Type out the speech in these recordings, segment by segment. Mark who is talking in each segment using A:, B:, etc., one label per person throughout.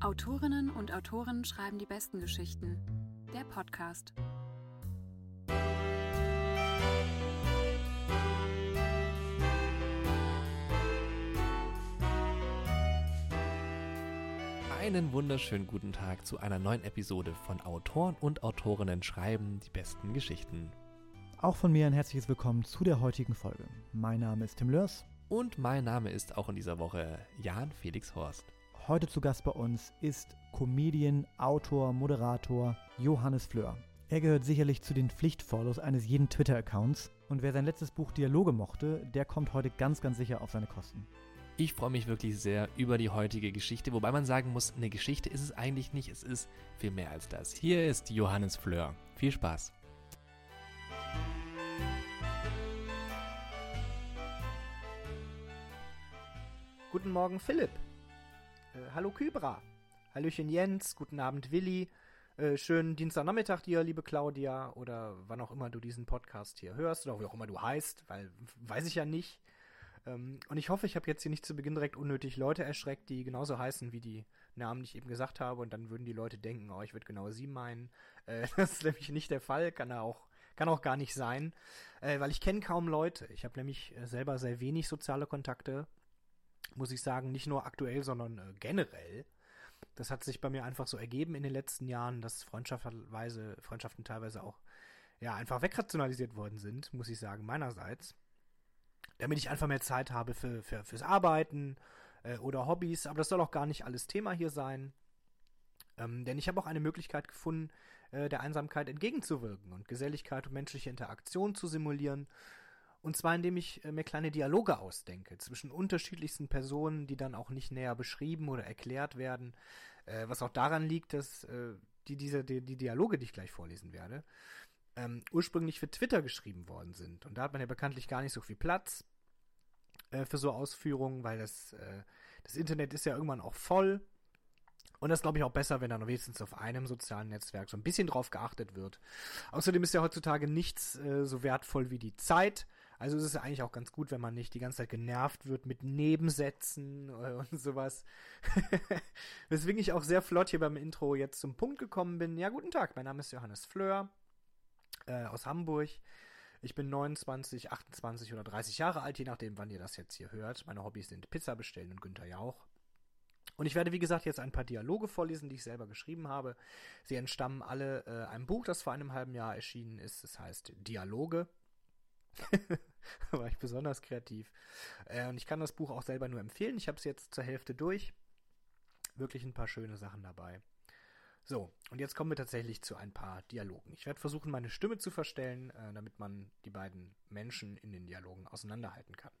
A: Autorinnen und Autoren schreiben die besten Geschichten. Der Podcast.
B: Einen wunderschönen guten Tag zu einer neuen Episode von Autoren und Autorinnen schreiben die besten Geschichten.
C: Auch von mir ein herzliches Willkommen zu der heutigen Folge. Mein Name ist Tim Lörs.
B: Und mein Name ist auch in dieser Woche Jan Felix Horst.
C: Heute zu Gast bei uns ist Comedian, Autor, Moderator Johannes Fleur. Er gehört sicherlich zu den Pflichtfollows eines jeden Twitter-Accounts. Und wer sein letztes Buch Dialoge mochte, der kommt heute ganz, ganz sicher auf seine Kosten.
B: Ich freue mich wirklich sehr über die heutige Geschichte, wobei man sagen muss, eine Geschichte ist es eigentlich nicht, es ist viel mehr als das. Hier ist Johannes Fleur. Viel Spaß.
D: Guten Morgen, Philipp. Äh, hallo, Kybra. Hallöchen, Jens. Guten Abend, Willi. Äh, schönen Dienstagnachmittag dir, liebe Claudia. Oder wann auch immer du diesen Podcast hier hörst. Oder wie auch immer du heißt, weil weiß ich ja nicht. Ähm, und ich hoffe, ich habe jetzt hier nicht zu Beginn direkt unnötig Leute erschreckt, die genauso heißen wie die Namen, die ich eben gesagt habe. Und dann würden die Leute denken, oh, ich würde genau sie meinen. Äh, das ist nämlich nicht der Fall. Kann ja auch kann auch gar nicht sein, äh, weil ich kenne kaum Leute. Ich habe nämlich äh, selber sehr wenig soziale Kontakte muss ich sagen, nicht nur aktuell, sondern äh, generell. Das hat sich bei mir einfach so ergeben in den letzten Jahren, dass Freundschaftsweise, Freundschaften teilweise auch ja einfach wegrationalisiert worden sind, muss ich sagen, meinerseits. Damit ich einfach mehr Zeit habe für, für, fürs Arbeiten äh, oder Hobbys, aber das soll auch gar nicht alles Thema hier sein. Ähm, denn ich habe auch eine Möglichkeit gefunden, äh, der Einsamkeit entgegenzuwirken und Geselligkeit und menschliche Interaktion zu simulieren. Und zwar, indem ich äh, mir kleine Dialoge ausdenke zwischen unterschiedlichsten Personen, die dann auch nicht näher beschrieben oder erklärt werden. Äh, was auch daran liegt, dass äh, die, diese, die, die Dialoge, die ich gleich vorlesen werde, ähm, ursprünglich für Twitter geschrieben worden sind. Und da hat man ja bekanntlich gar nicht so viel Platz äh, für so Ausführungen, weil das, äh, das Internet ist ja irgendwann auch voll. Und das glaube ich auch besser, wenn dann wenigstens auf einem sozialen Netzwerk so ein bisschen drauf geachtet wird. Außerdem ist ja heutzutage nichts äh, so wertvoll wie die Zeit. Also ist es eigentlich auch ganz gut, wenn man nicht die ganze Zeit genervt wird mit Nebensätzen äh, und sowas. Weswegen ich auch sehr flott hier beim Intro jetzt zum Punkt gekommen bin. Ja, guten Tag, mein Name ist Johannes Fleur äh, aus Hamburg. Ich bin 29, 28 oder 30 Jahre alt, je nachdem, wann ihr das jetzt hier hört. Meine Hobbys sind Pizza bestellen und Günther Jauch. Und ich werde, wie gesagt, jetzt ein paar Dialoge vorlesen, die ich selber geschrieben habe. Sie entstammen alle äh, einem Buch, das vor einem halben Jahr erschienen ist. Es das heißt Dialoge. da war ich besonders kreativ. Äh, und ich kann das Buch auch selber nur empfehlen. Ich habe es jetzt zur Hälfte durch. Wirklich ein paar schöne Sachen dabei. So, und jetzt kommen wir tatsächlich zu ein paar Dialogen. Ich werde versuchen, meine Stimme zu verstellen, äh, damit man die beiden Menschen in den Dialogen auseinanderhalten kann.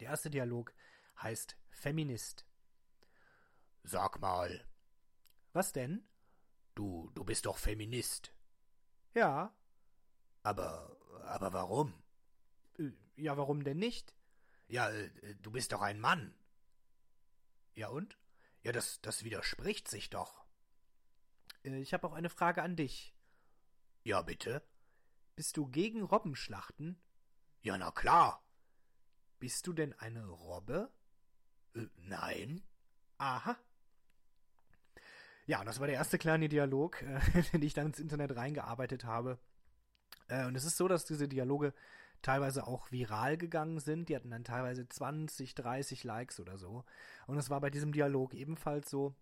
D: Der erste Dialog heißt Feminist.
E: Sag mal.
D: Was denn?
E: Du, du bist doch Feminist.
D: Ja,
E: Aber, aber warum?
D: äh, ja, warum denn nicht?
E: Ja, äh, du bist doch ein Mann.
D: Ja und?
E: Ja, das, das widerspricht sich doch.
D: Äh, ich habe auch eine Frage an dich.
E: Ja, bitte?
D: Bist du gegen Robbenschlachten?
E: Ja, na klar.
D: Bist du denn eine Robbe?
E: Äh, nein?
D: Aha. Ja, und das war der erste kleine Dialog, äh, den ich dann ins Internet reingearbeitet habe. Äh, und es ist so, dass diese Dialoge teilweise auch viral gegangen sind. Die hatten dann teilweise 20, 30 Likes oder so. Und es war bei diesem Dialog ebenfalls so.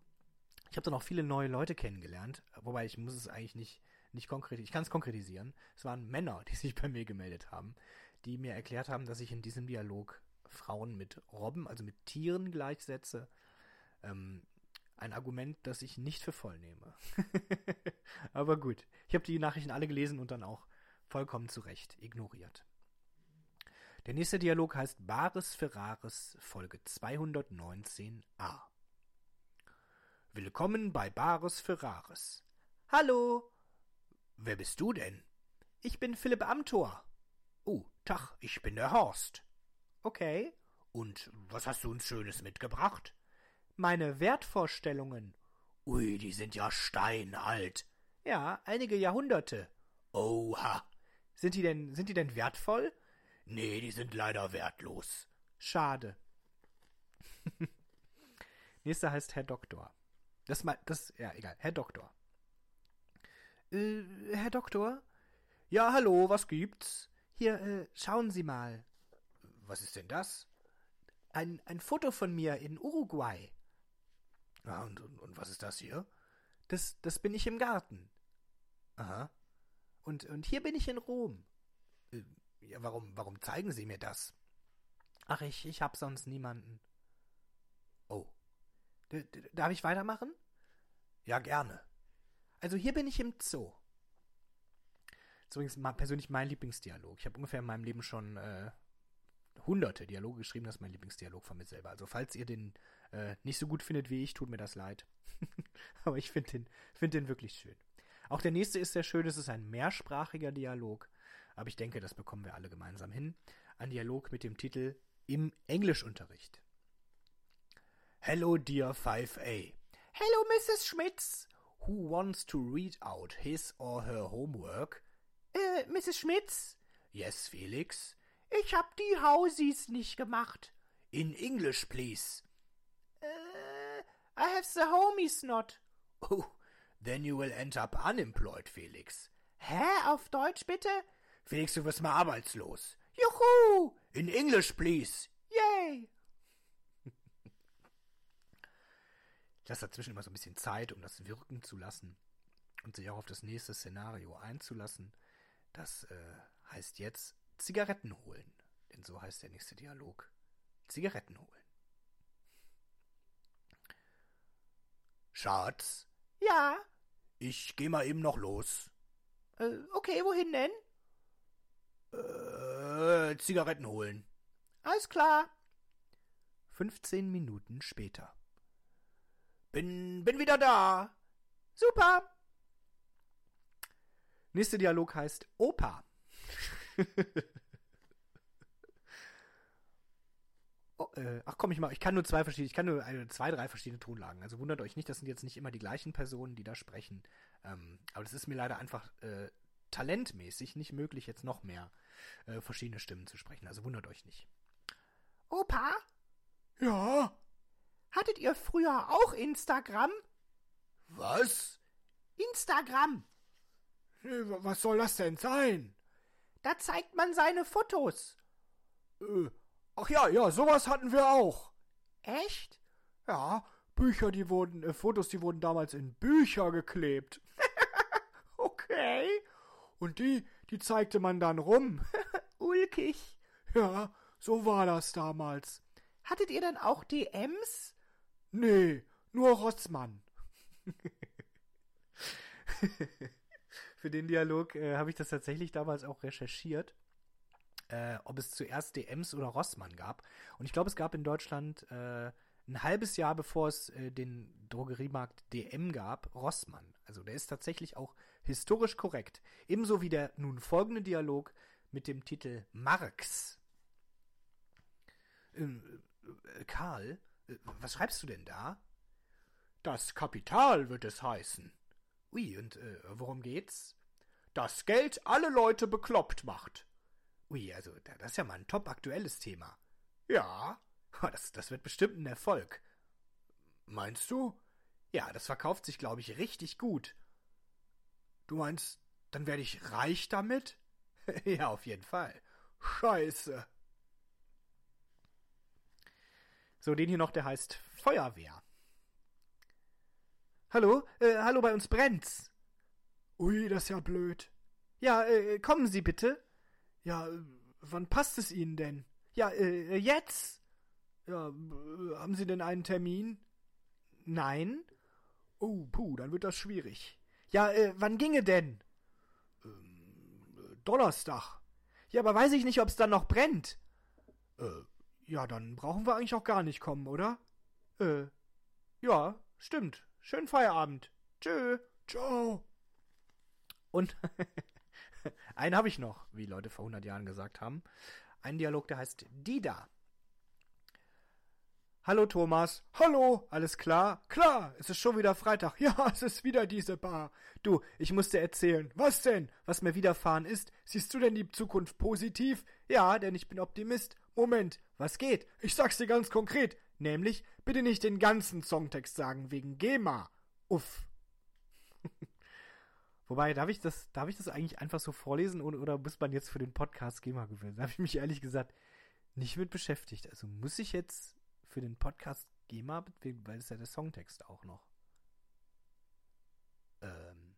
D: Ich habe dann auch viele neue Leute kennengelernt, wobei ich muss es eigentlich nicht nicht konkret, ich kann es konkretisieren. Es waren Männer, die sich bei mir gemeldet haben, die mir erklärt haben, dass ich in diesem Dialog Frauen mit Robben, also mit Tieren gleichsetze ähm, ein Argument, das ich nicht für voll nehme. Aber gut, ich habe die Nachrichten alle gelesen und dann auch vollkommen zu Recht ignoriert. Der nächste Dialog heißt Bares Ferraris Folge 219a. Willkommen bei Bares Ferraris. Hallo,
E: Wer bist du denn?
D: ich bin Philipp Amthor.
E: Oh, Tag, ich bin der Horst.
D: Okay,
E: Und was hast du uns Schönes mitgebracht?
D: meine Wertvorstellungen.
E: Ui, die sind ja steinalt.
D: Ja, einige Jahrhunderte.
E: Oha.
D: Sind die denn, sind die denn wertvoll?
E: Nee, die sind leider wertlos.
D: Schade. Nächster heißt Herr Doktor. Das mal, das, ja, egal. Herr Doktor. Äh, Herr Doktor? Ja, hallo, was gibt's? Hier, äh, schauen Sie mal.
E: Was ist denn das?
D: Ein, ein Foto von mir in Uruguay.
E: Ah, und, und, und was ist das hier?
D: Das, das bin ich im Garten.
E: Aha.
D: Und, und hier bin ich in Rom. Äh,
E: Ja, warum, warum zeigen Sie mir das?
D: Ach, ich, ich hab sonst niemanden.
E: Oh,
D: D d- darf ich weitermachen?
E: ja, gerne.
D: Also hier bin ich im Zoo. Das ist übrigens ma- persönlich mein Lieblingsdialog. Ich habe ungefähr in meinem Leben schon äh, hunderte Dialoge geschrieben. Das ist mein Lieblingsdialog von mir selber. Also falls ihr den äh, nicht so gut findet wie ich, tut mir das leid. Aber ich finde den, find den wirklich schön. Auch der nächste ist sehr schön. Es ist ein mehrsprachiger Dialog. Aber ich denke, das bekommen wir alle gemeinsam hin. Ein Dialog mit dem Titel Im Englischunterricht.
E: Hello, dear 5A.
D: Hello, Mrs. Schmitz.
E: Who wants to read out his or her homework?
D: Äh, Mrs. Schmitz?
E: Yes, Felix.
D: Ich hab die Hausies nicht gemacht.
E: In English, please.
D: Äh, I have the homies not.
E: Oh, then you will end up unemployed, Felix.
D: Hä? Auf Deutsch bitte?
E: Felix, du wirst mal arbeitslos.
D: Juhu!
E: In English, please.
D: Yay! Ich lasse dazwischen immer so ein bisschen Zeit, um das wirken zu lassen und sich auch auf das nächste Szenario einzulassen. Das äh, heißt jetzt Zigaretten holen. Denn so heißt der nächste Dialog. Zigaretten holen.
E: Schatz,
D: Ja,
E: ich geh mal eben noch los.
D: okay, wohin denn?
E: Äh, Zigaretten holen.
D: Alles klar. 15 Minuten später.
E: Bin, bin wieder da.
D: Super. Nächster Dialog heißt Opa. oh, äh, ach komm, ich mal, ich kann nur zwei verschiedene, ich kann nur eine, zwei, drei verschiedene Tonlagen. Also wundert euch nicht, das sind jetzt nicht immer die gleichen Personen, die da sprechen. Ähm, aber das ist mir leider einfach äh, talentmäßig nicht möglich, jetzt noch mehr äh, verschiedene Stimmen zu sprechen. Also wundert euch nicht. Opa,
E: Ja.
D: hattet ihr früher auch Instagram?
E: Was?
D: Instagram.
E: Nee, wa- Was soll das denn sein?
D: Da zeigt man seine Fotos.
E: Äh, ach ja, ja, sowas hatten wir auch.
D: Echt?
E: Ja, Bücher, die wurden, äh, Fotos, die wurden damals in Bücher geklebt.
D: Okay.
E: Und die, die zeigte man dann rum.
D: Ulkig.
E: Ja, so war das damals.
D: Hattet ihr dann auch DMs?
E: Nee, nur Rotzmann.
D: Für den Dialog äh, habe ich das tatsächlich damals auch recherchiert, äh, ob es zuerst DMs oder Rossmann gab. Und ich glaube, es gab in Deutschland äh, ein halbes Jahr, bevor es äh, den Drogeriemarkt DM gab, Rossmann. Also der ist tatsächlich auch historisch korrekt. Ebenso wie der nun folgende Dialog mit dem Titel Marx. Ähm, äh, Karl, äh, was schreibst du denn da?
E: Das Kapital wird es heißen.
D: Ui, und äh, worum geht's?
E: Das Geld alle Leute bekloppt macht.
D: Ui, also da- das ist ja mal ein top aktuelles Thema.
E: Ja,
D: Oh, Das, das wird bestimmt ein Erfolg.
E: meinst du?
D: Ja, das verkauft sich, glaube ich, richtig gut.
E: Du meinst, dann werde ich reich damit?
D: ja, auf jeden Fall.
E: Scheiße.
D: So, den hier noch, der heißt Feuerwehr. Hallo, äh, hallo, bei uns brennt's.
E: Ui, das ist ja blöd.
D: Ja, äh, kommen Sie bitte.
E: Ja, äh, wann passt es Ihnen denn?
D: Ja, äh, jetzt.
E: Ja, äh, haben Sie denn einen Termin?
D: Nein.
E: Oh, puh, dann wird das schwierig.
D: Ja, äh, wann ginge denn?
E: Äh, Donnerstag.
D: Ja, aber weiß ich nicht, ob's dann noch brennt.
E: Äh, ja, dann brauchen wir eigentlich auch gar nicht kommen, oder?
D: Äh, ja, stimmt. Schönen Feierabend. Tschö.
E: Ciao.
D: Und einen habe ich noch, wie Leute vor 100 Jahren gesagt haben. Ein Dialog, der heißt Dida. Hallo Thomas. Hallo, alles klar?
E: Klar, es ist schon wieder Freitag. Ja, es ist wieder diese Bar.
D: Du, ich muss dir erzählen,
E: Was denn?
D: was mir widerfahren ist.
E: Siehst du denn die Zukunft positiv?
D: Ja, denn ich bin Optimist.
E: Moment,
D: Was geht?
E: ich sag's dir ganz konkret.
D: Nämlich,
E: Bitte nicht den ganzen Songtext sagen wegen GEMA.
D: Uff. Wobei, darf ich, das, darf ich das eigentlich einfach so vorlesen oder, oder muss man jetzt für den Podcast GEMA gewählt? Da habe ich mich ehrlich gesagt nicht mit beschäftigt. Also muss ich jetzt für den Podcast GEMA bewegen, weil es ja der Songtext auch noch. Ähm.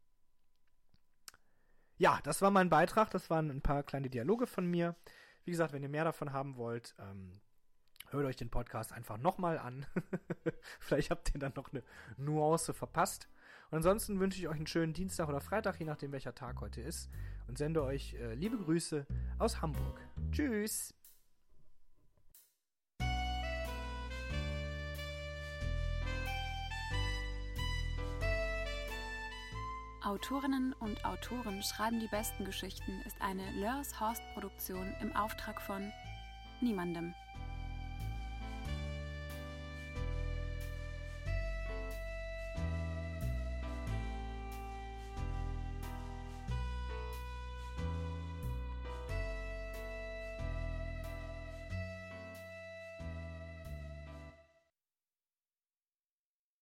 D: Ja, das war mein Beitrag. Das waren ein paar kleine Dialoge von mir. Wie gesagt, wenn ihr mehr davon haben wollt, ähm, hört euch den Podcast einfach nochmal an. Vielleicht habt ihr dann noch eine Nuance verpasst. Und ansonsten wünsche ich euch einen schönen Dienstag oder Freitag, je nachdem welcher Tag heute ist. Und sende euch äh, liebe Grüße aus Hamburg. Tschüss!
A: Autorinnen und Autoren schreiben die besten Geschichten ist eine Lörrshorst-Produktion im Auftrag von niemandem.